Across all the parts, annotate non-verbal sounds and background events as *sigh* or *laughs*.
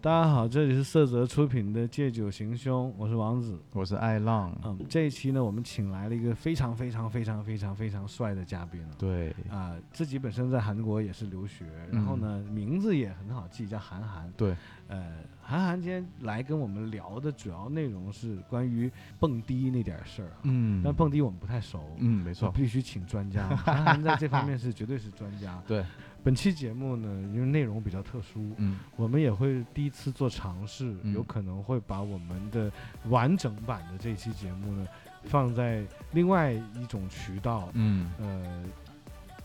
大家好，这里是色泽出品的《借酒行凶》，我是王子。我是爱浪，嗯，这一期呢，我们请来了一个非常非常非常非常非常帅的嘉宾啊对，啊、自己本身在韩国也是留学，然后呢，名字也很好记，叫韩寒。对，呃，韩寒今天来跟我们聊的主要内容是关于蹦迪那点儿事儿、啊，嗯但蹦迪我们不太熟。嗯，没我错，必须请专家，韩寒在这方面是绝对是专家。对，本期节目呢，因为内容比较特殊，嗯，我们也会第一次做尝试，嗯有可能会把我们的完整版的这期节目呢，放在另外一种渠道，嗯，呃，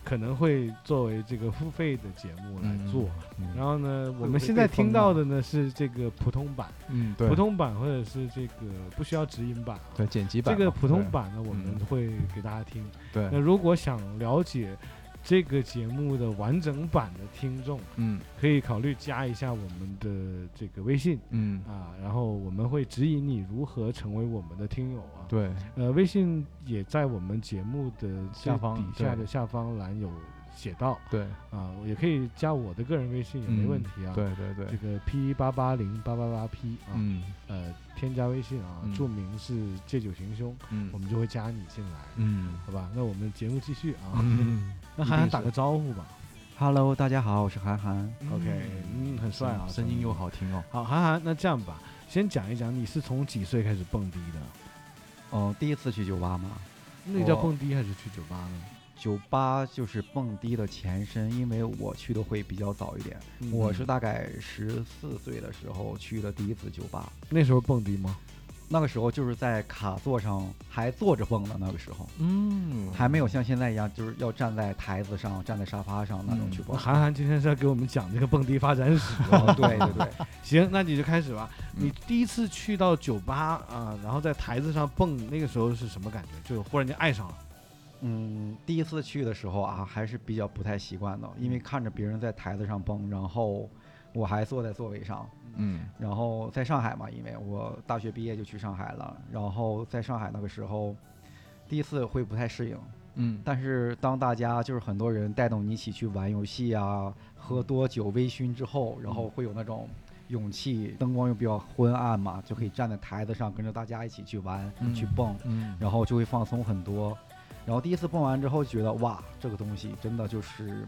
可能会作为这个付费的节目来做。嗯，然后呢，我会们现被在封听到吗的呢是这个普通版，嗯，对，普通版或者是这个不需要指引版啊。对剪辑版这嘛，个普通对，版呢，我们嗯会给大家听。那对，如果想了解这个节目的完整版的听众，嗯可以考虑加一下我们的这个微信嗯，啊，然后我们会指引你如何成为我们的听友啊。，对，呃，微信也在我们节目的最下方底下对的下方栏有写到对，啊，也可以加我的个人微信也没嗯问题啊。，对对这对，个 P 八八零八八八 P 啊，嗯呃，添加微信啊，嗯注明是借酒行凶，我嗯们就会加你进来，嗯好吧？那我们节目继续啊， *laughs* 嗯，那韩寒一定是打个招呼吧。 Hello，大家好，我是韩寒。 *laughs* OK，嗯，很帅啊，声音又好听哦，好，韩寒，那这样吧，先讲一讲你是从几岁开始蹦迪的？哦，第一次去酒吧嘛，那个叫蹦迪还是去酒吧呢？酒吧就是蹦迪的前身，因为我去的会比较早一点，嗯我是大概十四岁的时候去的第一次酒吧，那时候蹦迪吗？那个时候就是在卡座上还坐着蹦的，那个时候嗯还没有像现在一样，就是要站在台子上、站在沙发上那种去那嗯蹦。韩寒今天是要给我们讲这个蹦迪发展史。哦，对对对， *laughs* 行，那你就开始吧。嗯你第一次去到酒吧啊，然后在台子上蹦，那个时候是什么感觉？就忽然间爱上了。嗯，第一次去的时候啊，还是比较不太习惯的，因为看着别人在台子上蹦，然后我还坐在座位上，嗯然后在上海嘛，因为我大学毕业就去上海了，然后在上海那个时候，第一次会不太适应，嗯但是当大家就是很多人带动你一起去玩游戏啊，喝多酒微醺之后，然后会有那种勇气，灯光又比较昏暗嘛，就可以站在台子上跟着大家一起去玩、嗯去蹦，嗯，然后就会放松很多。然后第一次蹦完之后，觉得哇，这个东西真的就是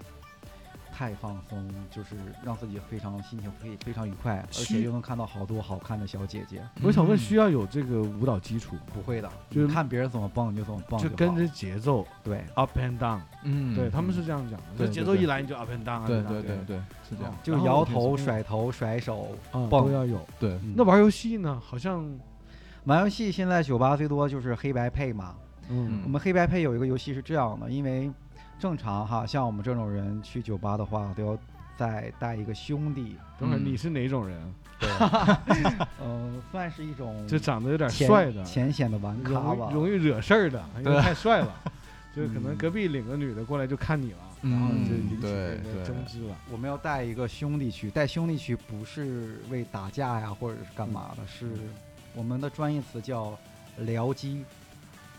太放松，就是让自己非常心情非非常愉快，而且虚又能看到好多好看的小姐姐。我想问，需要有这个舞蹈基础吗？不会的，就是你看别人怎么蹦你就怎么蹦就好跟着节奏对 up and down，嗯，对他们是这样讲的，对就节对奏对一来你就 up and down，up 对 and down，对对对，是这样，就然后摇我觉得头、这个甩头、甩手。啊蹦都要有。对，嗯那玩游戏呢？好像玩游戏现在酒吧最多就是黑白配嘛。我嗯嗯们黑白配有一个游戏是这样的，因为正常哈，像我们这种人去酒吧的话，都要再带一个兄弟，等会儿嗯你是哪种人？嗯、算是一种就长得有点浅帅的，浅显的玩咖容吧易，容易惹事儿的，因为对太帅了，就是可能隔壁领个女的过来就看你了，嗯然后就引起对这个对争执了。我们要带一个兄弟去，带兄弟去不是为打架呀，或者是干嘛嗯的，是我们的专业词叫僚机。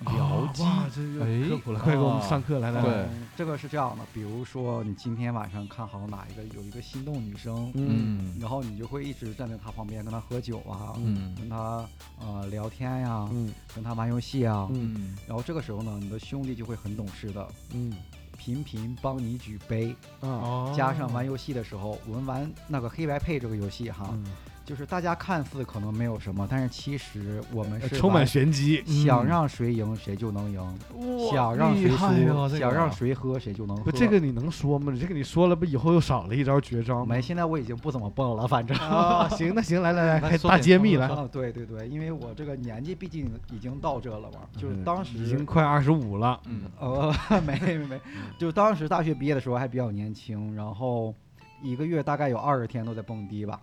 聊僚机机啊哇，这又哎科普了，快给我们上课来来来。对嗯，这个是这样的，比如说你今天晚上看好哪一个有一个心动女生，嗯嗯然后你就会一直站在她旁边跟她喝酒啊，嗯跟她呃聊天呀、嗯跟她玩游戏啊。嗯嗯然后这个时候呢，你的兄弟就会很懂事的，嗯频频帮你举杯，啊，哦加上玩游戏的时候，我们玩那个黑白配这个游戏哈，嗯就是大家看似可能没有什么，但是其实我们是哎呃嗯充满玩玄机，想让谁赢谁就能赢，哇啊想让谁厉害哦这输，个想让谁喝谁就能喝。不这个你能说吗？你这个你说了，不以后又少了一招绝招吗没，？现在我已经不怎么蹦了，反正。啊，行，那行，来来来，来开说大点揭秘说来点，啊， *laughs* 对对对，因为我这个年纪毕竟已经到这了嘛，就是嗯当时已经快二十五了，嗯呃， *laughs* 没没没，嗯就当时大学毕业的时候还比较年轻，然后一个月大概有二十天都在蹦迪吧。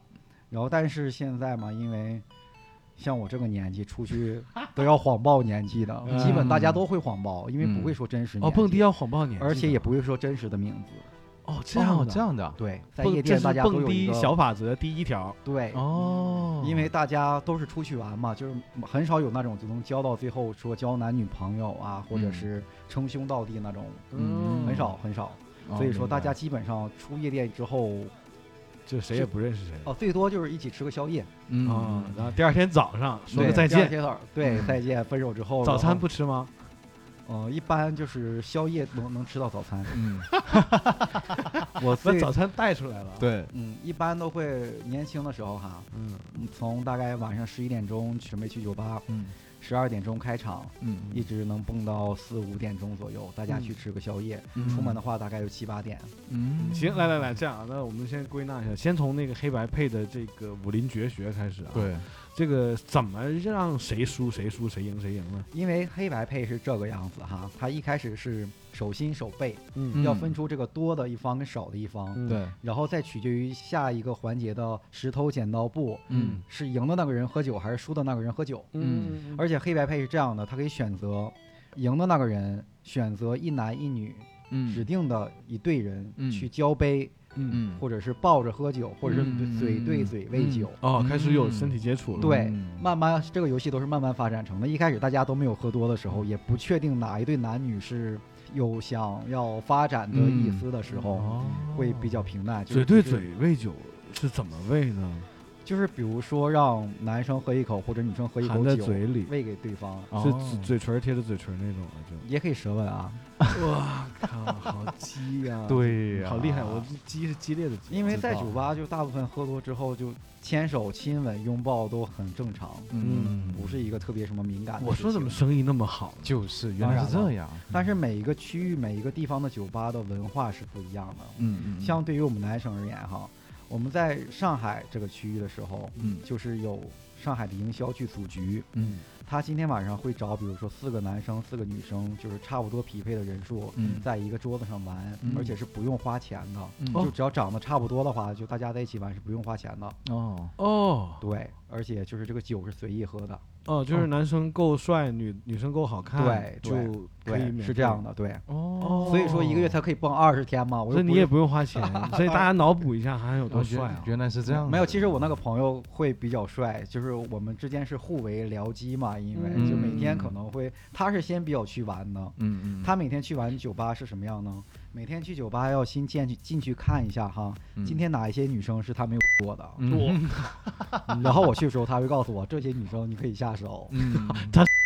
然后但是现在嘛，因为像我这个年纪出去 *laughs* 都要谎报年纪的，基本大家都会谎报，因为不会说真实年嗯哦，纪蹦迪，要谎报年纪的，而且也不会说真实的名字。哦这哦样的这样的，对，在蹦夜这店是大家都蹦有一迪个小法则第一条对。哦因为大家都是出去玩嘛，就是很少有那种就能交到最后说交男女朋友啊，或者嗯是称兄道弟那种，嗯哦很少很少。所以说大家基本上出夜店之后，就谁也不认识谁哦，最多就是一起吃个宵夜，嗯啊。然嗯后第二天早上说个对再，第二见，天早对，嗯再见，分手之后早餐，然后不吃吗？呃，一般就是宵夜能能吃到早餐，嗯，*laughs* 把我最早餐带出来了。，对，嗯，一般都会年轻的时候哈，嗯嗯从大概晚上十一点钟准备去酒吧，嗯十二点钟开场，嗯一直能蹦到四五点钟左右，大家嗯去吃个宵夜。嗯出门的话大概就七八点。嗯，行，来来来，这样啊，那我们先归纳一下，先从那个黑白配的这个武林绝学开始啊。，对，这个怎么让谁输谁输谁赢谁赢呢？因为黑白配是这个样子哈，它一开始是手心手背，嗯要嗯分出这个多的一方跟少的一方，嗯对，然后再取决于下一个环节的石头剪刀布，嗯是赢的那个人喝酒还是输的那个人喝酒。嗯，而且黑白配是这样的，他可以选择赢的那个人选择一男一女嗯指定的一队人嗯去交杯，嗯嗯，或者是抱着喝酒，或者嗯是嘴对嘴喂酒。哦，开始有身体接触了。嗯对嗯，慢慢这个游戏都是慢慢发展成的。一开始大家都没有喝多的时候，也不确定哪一对男女是有想要发展的嗯意思的时候，哦，会比较平淡。就嘴是对就是嘴喂酒是怎么喂呢？就是比如说让男生喝一口或者女生喝一含口在酒，嘴里，喂给对方，是哦嘴嘴唇贴着嘴唇那种啊，就也可以舌吻啊。哇靠，好 *laughs* 鸡呀、 *laughs* 对呀好厉害！我 *laughs* 这激是激烈的激，啊因为知在道酒吧就大部分喝多之后就牵手、亲吻、拥抱都很正常，嗯不是一个特别什么敏感的。我说怎么？生意那么好呢？就是原来是这样，但是每一个区域、每一个地方的酒吧的文化是不一样的。嗯嗯，相对于我们男生而言哈，我们在上海这个区域的时候，嗯就是有上海的营销剧组局，嗯他今天晚上会找比如说四个男生、四个女生，就是差不多匹配的人数，嗯在一个桌子上玩，嗯而且是不用花钱的。嗯哦就只要长得差不多的话，就大家在一起玩是不用花钱的。哦哦对，而且就是这个酒是随意喝的，哦，就是男生够帅，女女生够好看，嗯对啊就对可以免对，费是这样。的，对。哦所以说一个月才可以蹦二十天嘛，我所以又你不也是不用 *laughs* 花钱，所以大家脑补一下韩寒有多哦原帅啊！原来是这样的，没有，其实我那个朋友会比较帅，就是我们之间是互为僚机嘛，因为就每天可嗯能会，他是先比较去玩的，嗯嗯，他每天去玩酒吧是什么样呢？每天去酒吧要先进去进去看一下哈，嗯今天哪一些女生是他没有过的，我 *laughs* 然后我去的时候他会告诉我这些女生你可以下手，嗯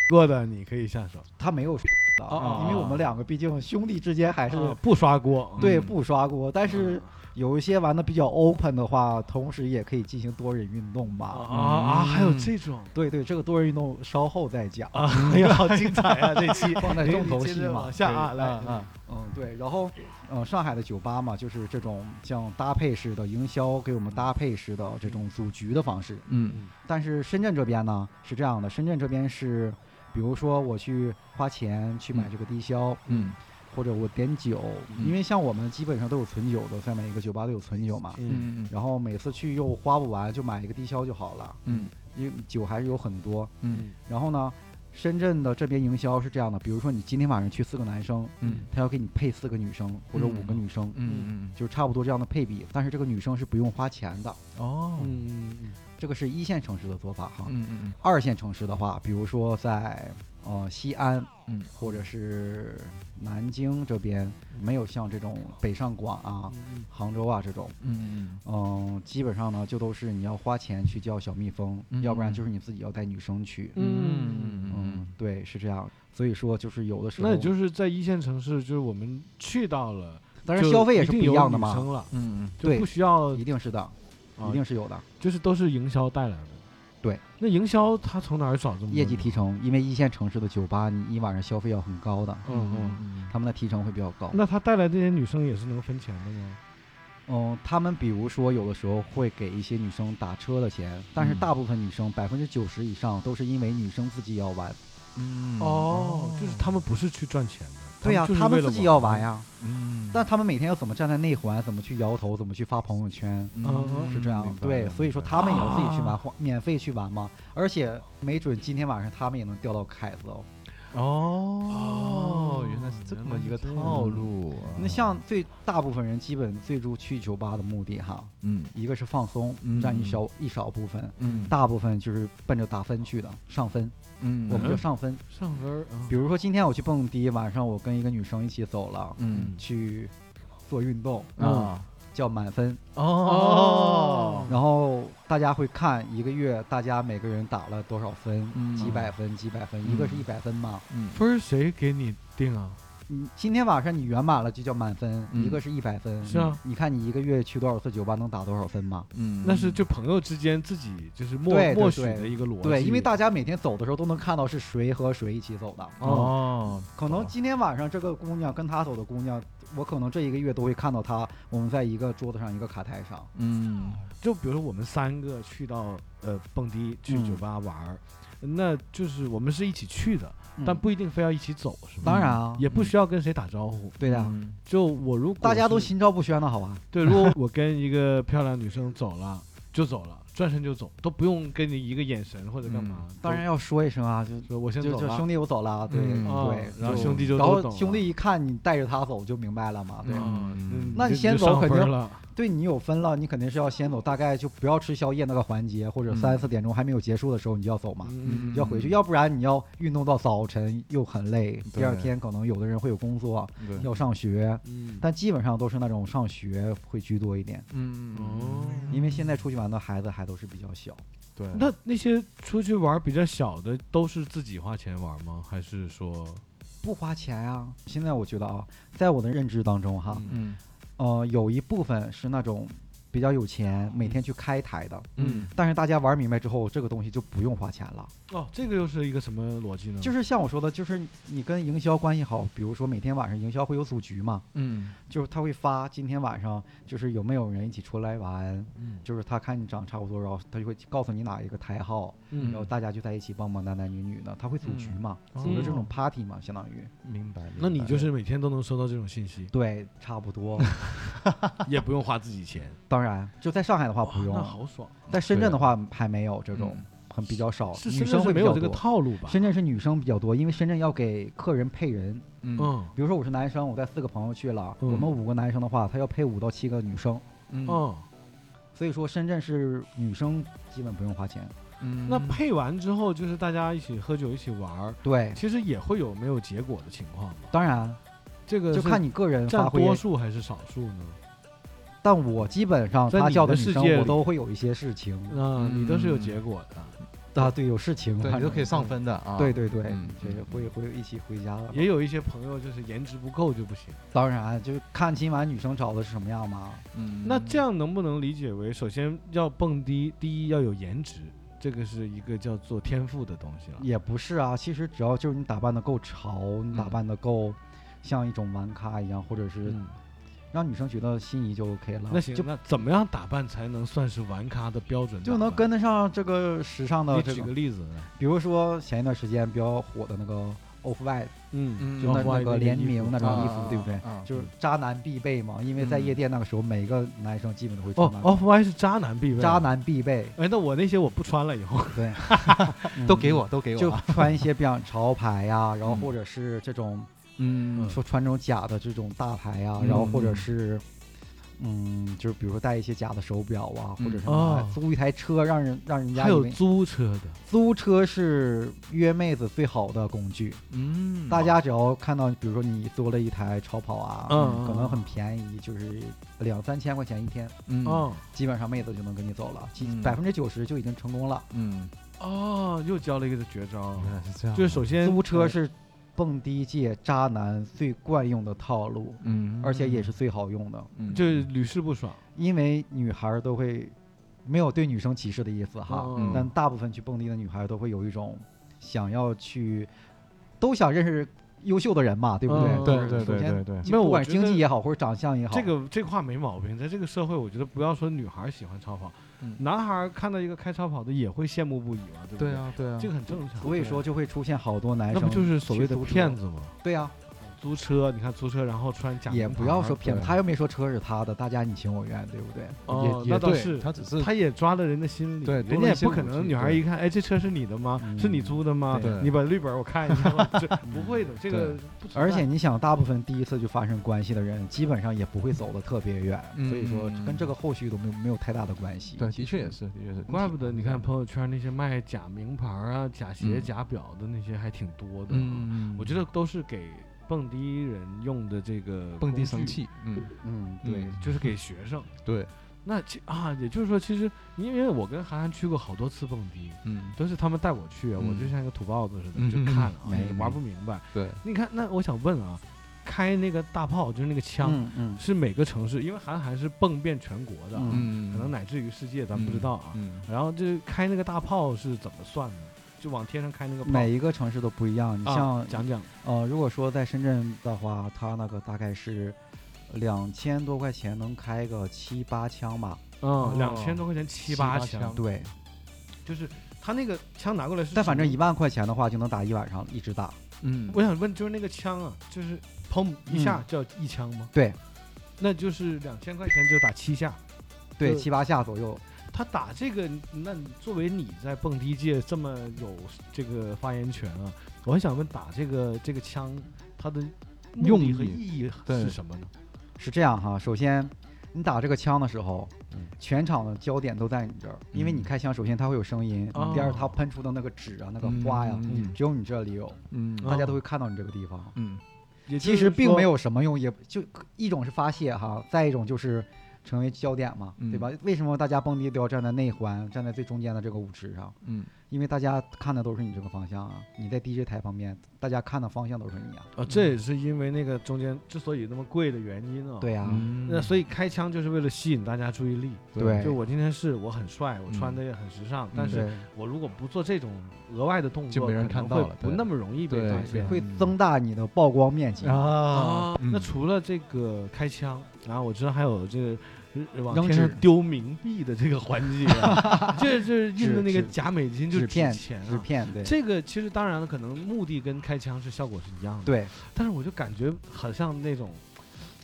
过的你可以下手，他没有的，哦因为我们两个毕竟兄弟之间还是、啊不刷锅。 *laughs* 对嗯不刷锅，但嗯是有一些玩的比较 open 的话，同时也可以进行多人运动嘛。啊啊！还有嗯这 *laughs* 种，对对，这个多人运动稍后再讲，啊， *laughs* 哎呀，好精彩啊！这期 *laughs* 放在哎重你头接戏着嘛往下啊，对来嗯，嗯，对。然后，呃，上海的酒吧嘛，就是这种像搭配式的营销给我们搭配式的这种组局的方式。嗯但是深圳这边呢是这样的，深圳这边是，比如说我去花钱去买这个低消，嗯或者我点酒，嗯因为像我们基本上都有存酒的，在每一个酒吧都有存酒嘛。嗯嗯然后每次去又花不完，就买一个低消就好了，嗯因为酒还是有很多。嗯然后呢，深圳的这边营销是这样的，比如说你今天晚上去四个男生，嗯他要给你配四个女生或者五个女生，嗯就差不多这样的配比。但是这个女生是不用花钱的，哦嗯这个是一线城市的做法哈。嗯嗯二线城市的话，比如说在呃西安，嗯或者是南京这边，没有像这种北上广啊、嗯杭州啊这种。嗯嗯，基本上呢，就都是你要花钱去叫小蜜蜂，嗯要不然就是你自己要带女生去。嗯。嗯对，是这样。所以说，就是有的时候，那也就是在一线城市，就是我们去到了，当然消费也是不一样就定有女的嘛，生了，嗯就对不需要一定是的，啊一定是有的。就是都是营销带来的。对，那营销它从哪儿找这么多业绩呢提？成，因为一线城市的酒吧，你一晚上消费要很高的，嗯嗯。嗯他们的提成会比较高。那他带来这些女生也是能分钱的吗？嗯，他们比如说有的时候会给一些女生打车的钱，但是嗯大部分女生百分之九十以上都是因为女生自己要玩。嗯就是他们不是去赚钱的，哦对呀、就是他为们了自己要玩。呀，嗯但他们每天要怎么站在内环，怎么去摇头，怎么去发朋友圈，是这样。对，所以说他们也要自己去玩，花免费去玩嘛。而且没准今天晚上他们也能钓到凯子哦。哦，原来是这么一个套路。那像最大部分人基本最初去酒吧的目的哈，嗯一个是放松嗯，占一小一少部分，嗯大部分就是奔着打分去的，上分，嗯我们就上分。上分儿啊比如说今天我去蹦迪，晚上我跟一个女生一起走了，嗯去做运动，啊叫满分，哦然后大家会看一个月大家每个人打了多少分，嗯几百分几百分，一个是一百分嘛，嗯分儿谁给你定啊？你今天晚上你圆满了就叫满分，嗯一个是一百分，是啊你看你一个月去多少次酒吧能打多少分嘛？嗯，那是就朋友之间自己就是默对对默许对的一个逻辑。对，因为大家每天走的时候都能看到是谁和谁一起走的，哦，可能今天晚上这个姑娘跟她走的姑娘，我可能这一个月都会看到她，我们在一个桌子上一个卡台上，嗯就比如说我们三个去到呃蹦迪嗯去酒吧玩儿，那就是我们是一起去的，但嗯不一定非要一起走，是吧？当然啊，也不需要跟谁打招呼。对的，嗯就我如果大家都是心照不宣的好吧？ *laughs* 对，如果我跟一个漂亮女生走了，就走了，转身就走，都不用跟你一个眼神或者干嘛。嗯当然要说一声啊，就都说我先就走就了，兄弟我走了，对嗯啊对，然后就兄弟就然都后懂兄了弟一看你带着他走就明白了嘛，对嗯嗯，那你你就先就走上肯分定了。嗯对你有分了，你肯定是要先走，大概就不要吃宵夜那个环节，或者嗯三四点钟还没有结束的时候你就要走嘛，嗯你就要回去，要不然你要运动到早晨又很累，第二对天可能有的人会有工作对，要上学，嗯，但基本上都是那种上学会居多一点，嗯哦，因为现在出去玩的孩子还都是比较小，对，那那些出去玩儿比较小的，都是自己花钱玩儿吗？还是说不花钱啊。现在我觉得啊，在我的认知当中哈，嗯呃，有一部分是那种比较有钱，每天去开台的，嗯但是大家玩明白之后，这个东西就不用花钱了。哦，这个又是一个什么逻嗯辑呢？就是像我说的，就是你跟营销关系好，比如说每天晚上营销会有组局嘛，嗯就是他会发今天晚上就是有没有人一起出来玩，嗯就是他看你长差不多，然后他就会告诉你哪一个台号，然后嗯，大家就在一起帮帮男男女女的，他会组局嘛，嗯组织这哦种 party 嘛，相当于，明白，那你明白就是每天都能收到这种信息对，差不多。 *laughs* *laughs* 也不用花自己钱，当然，就在上海的话不那用，好爽。在深圳的话还没有这种嗯，很比较少，是女深生圳会是没比有较这个多。套路吧？深圳是女生比较多，因为深圳要给客人配人，嗯嗯比如说我是男生，我带四个朋友去了，嗯我们五个男生的话，他要配五到七个女生，嗯哦，所以说深圳是女生基本不用花钱。嗯那配完之后就是大家一起喝酒一起玩儿，对，其实也会有没有结果的情况嘛。当然这个就是看你个人占发挥，多数还是少数呢？但我基本上在他你叫的世女生界，里我都会有一些事情嗯，你都是有结果的，啊，对，有事情，对反你都正可以上。分的啊，对对对，嗯就是会会一起回家了。也有一些朋友就是颜值不够就不行。当然，就是看今晚女生找的是什么样嘛。嗯，那这样能不能理解为，首先要蹦迪，第一要有颜值，这个是一个叫做天赋的东西了。也不是啊，其实只要就是你打扮的够潮，你打扮的够像一种玩咖一样，或者是嗯让女生觉得心仪就 OK 了。那行，就那怎么样打扮才能算是玩咖的标准打扮？就能跟得上这个时尚的你这举个个，例子呢，比如说前一段时间比较火的那个 Off White，嗯，嗯就那哦那个联名那种衣啊服，对不对啊啊？就是渣男必备嘛，因为在嗯夜店那个时候，每个男生基本都会穿哦那个。 ，Off White 是渣男必备，啊渣。男必备，哎，那我那些我不穿了以 *laughs* 后，对，都给我，都给嗯，我 *laughs* 就啊，穿一些比较潮牌呀，然后嗯或者是这种嗯说穿这种假的这种大牌啊，然后或者嗯是，嗯，就是比如说戴一些假的手表啊，或者嗯什么哦租一台车，让人让人家还以有为租车的，租车是约妹子最好的工具。嗯，大家只要看到，比如说你租了一台超跑啊，嗯可能嗯很便宜，就是两三千块钱一天，嗯哦基本上妹子就能跟你走了，嗯百分之九十就已经成功了。嗯，哦，又教了一个绝招，原来是这样，就是首先嗯呃租车，是蹦迪界渣男最惯用的套路，嗯，而且也是最好用的。嗯就是屡试不爽，因为女孩儿都会没有对女生歧视的意思哈，嗯但大部分去蹦迪的女孩儿都会有一种想要去，都想认识优秀的人嘛，对不对？嗯对对首对先对对，就没有不我管觉是经得济也好，或者长相也好，这个这话没毛病，在这个社会，我觉得不要说女孩喜欢超跑，嗯男孩看到一个开超跑的也会羡慕不已嘛，对不对啊对啊，这个很正常。所以说就会出现好多男那生，不就是所谓的去租车骗子吗？对呀、租车，你看租车，然后穿假也名不要牌说骗子，对他又没说车是他的，大家你情我愿，对不对？哦也那也倒对是他只是他也抓了人的心理，嗯对多人了家一也些不可武器能。女孩对一看，哎，这车是你的吗？是你嗯租的吗？对你把绿本儿我看一下 *laughs* 吧，这不会嗯的，这个不存在。而且你想，大部分第一次就发生关系的人，基本上也不会走得特别远，所以说嗯跟这个后续都没有没有太大的关系。对，的确也是，的确是，嗯怪不得你看朋朋友圈那些卖假名牌啊、假鞋、嗯假表的那些还挺多的。嗯，我觉得都是给蹦迪人用的这个蹦迪工神具，器，嗯，嗯，对，嗯就是给学生。对，那其啊，也就是说，其实因为我跟韩寒去过好多次蹦迪，嗯，都是他们带我去，我就嗯像一个土包子似的，嗯就看了啊，没也玩不明白。对，你看，那我想问啊，开那个大炮就是那个枪，嗯嗯是每个城市，因为韩寒是蹦遍全国的啊，嗯嗯，可能乃至于世界，咱不知道啊。嗯，然后就是开那个大炮是怎么算的？就往天上开那个炮，每一个城市都不一样。你像、啊、讲讲，呃，如果说在深圳的话，它那个大概是两千多块钱能开个七八枪吧。嗯，两千多块钱七八枪，对，就是他那个枪拿过来是，但反正一，万块钱的话就能打一晚上，一直打。嗯，我想问就是那个枪啊，就是砰一嗯下叫一枪吗？对那就是两千块钱就打七下。对，就七八下左右。他打这个，那你作为你在蹦迪界这么有这个发言权啊，我很想问，打这个这个枪，它的目用的意和意义对是什么呢？是这样哈，首先你打这个枪的时候，嗯全场的焦点都在你这儿，因为你嗯开枪，首先它会有声音，哦第二它喷出的那个纸啊、那个花呀，嗯只有你这里有，嗯啊大家都会看到你这个地方。嗯也就其是实并说没，有什么用，也就一种是发泄哈，再一种就是成为焦点嘛，嗯对吧？为什么大家蹦迪都要站在内环，站在最中间的这个舞池上？嗯因为大家看的都是你这个方向啊，你在 DJ 台旁边，大家看的方向都是你啊。啊，这也是因为那个中间之所以那么贵的原因啊。对呀、嗯，那所以开枪就是为了吸引大家注意力。对就我今天是我很帅，我嗯穿的也很时尚，但是对，我如果不做这种额外的动就作，没人可能看到会了不对那么容易被对发对现。会嗯增大你的曝光面积，啊啊，那嗯除了这个开枪，然后我知道还有这个呃往扔天上纸丢冥币的这个环节 *laughs* 啊，这这印的那个纸假美金就纸片、钱纸啊。片，对这个其实当然了，可能目的跟开枪是效果是一样的，对，但是我就感觉好像那种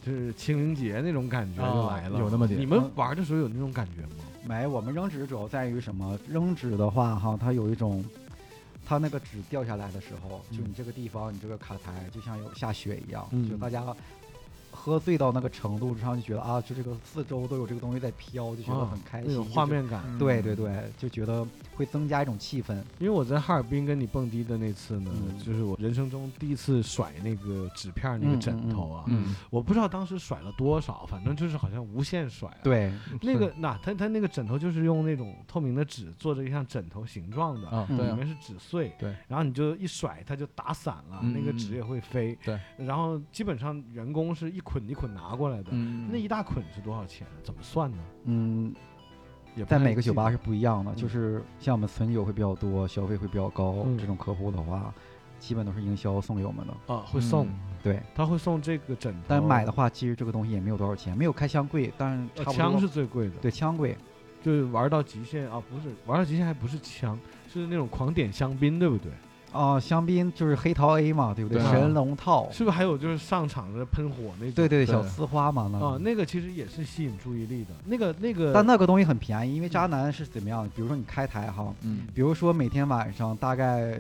就是清明节那种感觉就啊来了，有那么点你们嗯玩的时候有那种感觉吗？没，我们扔纸主要在于什么？扔纸的话，哈，它有一种，它那个纸掉下来的时候，就嗯你这个地方，你这个卡台就像有下雪一样，嗯就大家喝醉到那个程度之上，就觉得啊，就这个四周都有这个东西在飘，就觉得啊很开心，那种就嗯画觉面感，嗯得。对对对，就觉得会增加一种气氛。因为我在哈尔滨跟你蹦迪的那次呢，嗯就是我人生中第一次甩那个纸片儿那个嗯嗯枕头啊，嗯，我不知道当时甩了多少，反正就是好像无限甩、啊。，对，那个那它它那个枕头就是用那种透明的纸做着一像枕头形状的，啊，里对啊，面是纸碎，对，然后你就一甩，它就打散了，嗯那个纸也会飞，对，然后基本上员工是一捆一捆拿过来的，嗯那一大捆是多少钱？啊怎么算呢？嗯，也不在太每个记酒吧得是不一样的，就嗯是像我们存酒会比较多，消费会比较高，嗯这种客户的话，基本都是营销送给我们的。啊，会送，对，他会送这个枕头，嗯但买的话，其实这个东西也没有多少钱，没有开箱贵，但呃差不多。枪是最贵的，对枪贵，就是玩到极限啊，不是玩到极限还不是枪，是那种狂点香槟，对不对？啊、香槟就是黑桃 A 嘛，对不对？对啊神龙套，是不是还有就是上场的喷火那种？对对对对，小丝花嗯嘛那。啊，那个其实也是吸引注意力的。那个那个，但那个东西很便宜，因为渣男是怎么样？比如说你开台哈，嗯比如说每天晚上大概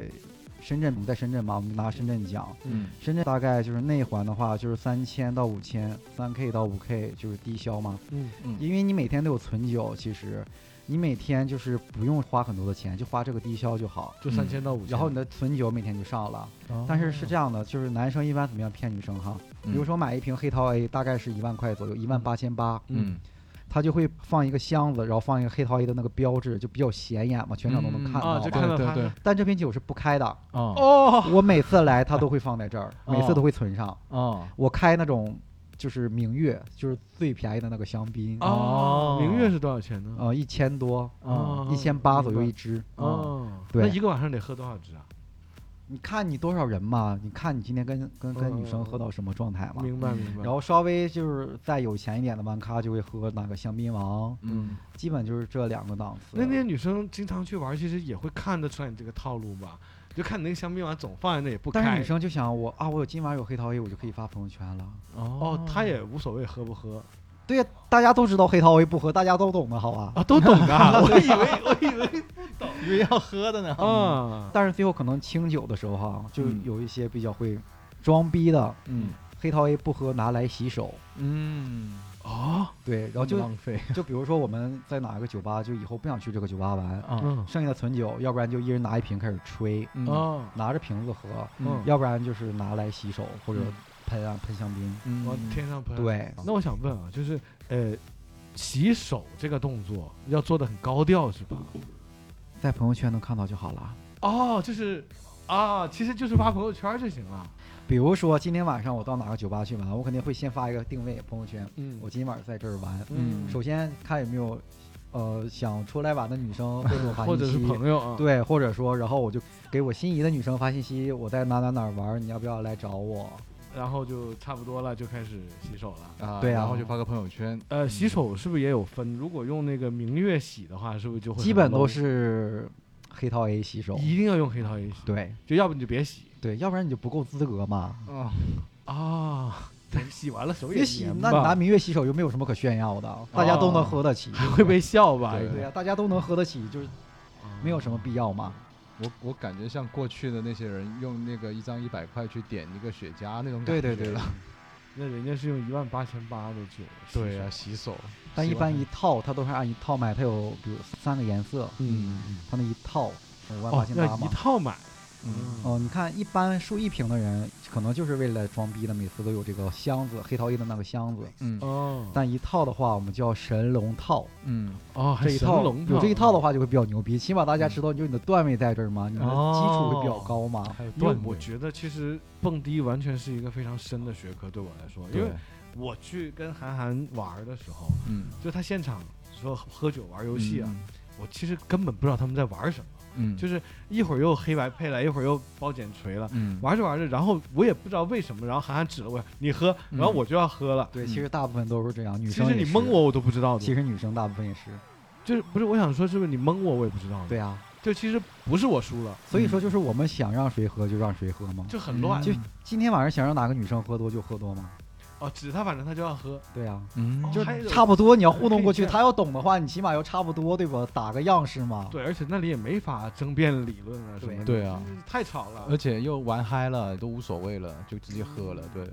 深圳，我们在深圳嘛，我们拿深圳讲，嗯深圳大概就是内环的话就是三千到五千，三 K 到五 K 就是低消嘛，嗯嗯因为你每天都有存酒，其实你每天就是不用花很多的钱，就花这个低消就好。就嗯三千到五千，哦然后你的存酒每天就上了，哦但是是这样的，就是男生一般怎么样骗女生哈？比嗯如说买一瓶黑桃 A 大概是一万块左右，一万八千八，嗯他就会放一个箱子，然后放一个黑桃 A 的那个标志，就比较显眼嘛，全场都嗯能看啊，到就嘛。看到对他对但这瓶酒是不开的，哦哦，我每次来他都会放在这儿，每次哦都会存上。哦我开那种就是明月，就是最便宜的那个香槟，哦哦，明月是多少钱呢？呃，一千多，嗯哦一千八左右一支。哦，对那一个晚上得喝多少支啊？你看你多少人嘛？你看你今天跟跟跟女哦生喝到什么状态嘛？明白明白。然后稍微就是再有钱一点的玩咖就会喝那个香槟王，嗯基本就是这两个档次。那那些女生经常去玩，其实也会看得出来你这个套路吧？就看你那个香槟碗总放在那也不但是开女，生就想我啊，我有今晚有黑桃 A，我就可以发朋友圈了。哦，她也无所谓喝不喝对呀，大家都知道黑桃 A 不喝，大家都懂的好吧？啊，都懂 *laughs* 的我以为我以为不懂，以为要喝的嗯呢啊。但是最后可能清酒的时候哈，就嗯有一些比较会装逼的，嗯黑桃 A 不喝拿来洗手，嗯哦，对，然后就浪费就比如说我们在哪个酒吧，就以后不想去这个酒吧玩，啊嗯剩下的存酒，要不然就一人拿一瓶开始吹，嗯哦，拿着瓶子喝，哦嗯要不然就是拿来洗手或者嗯喷啊喷香槟。嗯往天上喷。，对，那我想问啊，就是呃，洗手这个动作要做的很高调是吧？在朋友圈能看到就好了。哦，就是啊，其实就是发朋友圈就行了。比如说今天晚上我到哪个酒吧去玩，我肯定会先发一个定位朋友圈，嗯我今天晚上在这儿玩。嗯首先看有没有，呃，想出来玩的女生或者我发 *laughs* 或信者是息，朋友啊，对，或者说，然后我就给我心仪的女生发信息，我在哪哪哪儿玩，你要不要来找我？然后就差不多了，就开始洗手了。啊对啊嗯然后就发个朋友圈，呃，洗手是不是也有分？如果用那个明月洗的话，是不是就会很基本都 low 是黑桃 A 洗手。一定要用黑桃 A 洗？对就要不你就别洗对，要不然你就不够资格嘛。啊，啊，洗完了手也你洗，黏那你吧拿明月洗手又没有什么可炫耀的，大家都能喝得起。还会被笑吧？对应对该呀、大家都能喝得起，就是没啊有什么必要嘛。我我感觉像过去的那些人用那个一张一百块去点一个雪茄那种感觉对对对了，那人家是用一万八千八的酒，对啊，，洗手，但一洗完般一套它都是按一套卖，它有比如三个颜色，嗯，它那一套呃五万八哦，千八要一嘛。套买，嗯哦，你看，一般输一瓶的人，可能就是为了装逼的，每次都有这个箱子，黑桃 A 的那个箱子。嗯哦，但一套的话，我们叫神龙套，嗯，哦，还这一神套龙有这一套的啊话，话就会比较牛逼，起码大家知道你就你的段位在这儿嘛，你的基础会比哦较高嘛。还有因为段我位，觉得其实蹦迪完全是一个非常深的学科，对我来说，因为对我去跟韩寒玩的时候，嗯，就他现场说喝酒玩游游戏啊，，我其实根本不知道他们在玩什么，嗯，就是是一会儿又黑白配了，一会儿又包剪锤了。嗯，玩着玩着，然后我也不知道为什么，然后韩寒指了我，你喝，然后嗯我就要喝了。对，嗯其实大部分都是这样，女其生实也你是蒙，我，我都不知道的。其实女生大部分也是，就是不是我想说，是不是你蒙我，我也不知道。对，啊，就其实不是我输了，所以说就是我们想让谁喝就让谁喝嘛，嗯就嗯很乱。就今天晚上想让哪个女生喝多就喝多嘛，哦，指他，反正他就要喝。对啊，嗯，哦就还有差不多你要糊弄过可去，以这样她要懂的话，你起码要差不多对吧？打个样式嘛，对，而且那里也没法争辩理论哦啊什呃么的。对啊，就是太吵了而。且又玩嗨了，都无所谓了，就直接喝了，对。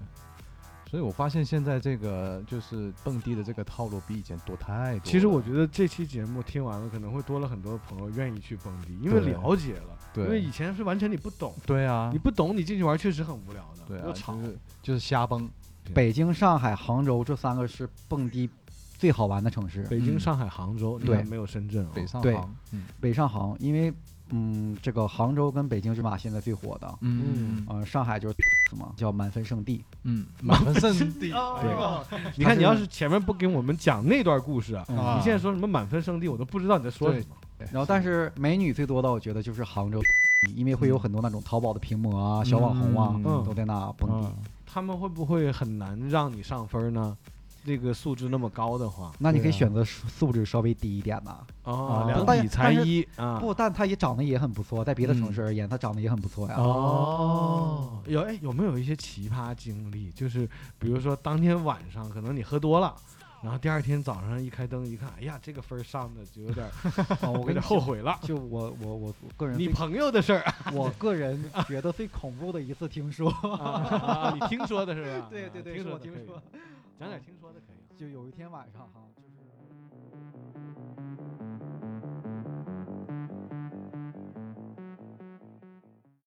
所以我发现现在这个就是蹦迪的这个套路比以前多太多了。其实我觉得这期节目听完了，可能会多了很多朋友愿意去蹦迪，因为对了解了。对因为以前是完全你不懂，对啊你，不懂你进去玩确实很无聊的，对啊，又吵就。是就是瞎蹦，北京、上海、杭州这三个是蹦迪最好玩的城市，北京、嗯上海、杭州，你对看没有深圳啊？北上对杭，嗯北上杭，因为嗯，这个杭州跟北京是嘛现在最火的，嗯嗯、上海就是 *laughs* 什么叫满分圣地， *laughs* 嗯，满分圣地，对啊你看，你要是前面不给我们讲那段故事啊，嗯你现在说什么满分圣地，我都不知道你在说什么。然后但是美女最多的我觉得就是杭州，因为会有很多那种淘宝的屏幕啊、小网红啊、嗯都在那蹦迪。嗯他们会不会很难让你上分呢？这个素质那么高的话，那你可对以啊选择素素质稍微低一点的，哦啊，两但底是才一啊，不，但她也长得也很不错，在别的城嗯市而言，她长得也很不错呀。啊哦，有哎有没有一些奇葩经历？就是比如说当天晚上可能你喝多了。然后第二天早上一开灯一看，哎呀，这个分儿上的就有点儿，啊有我跟点你后悔了。就我我我我个人你最，朋友的事 *laughs* 儿我个人觉得最恐怖的一次听说，啊，你听说的是吧？ *laughs* 对对对，听是说我的听可以说，讲点听说的可以。就有一天晚上哈，就是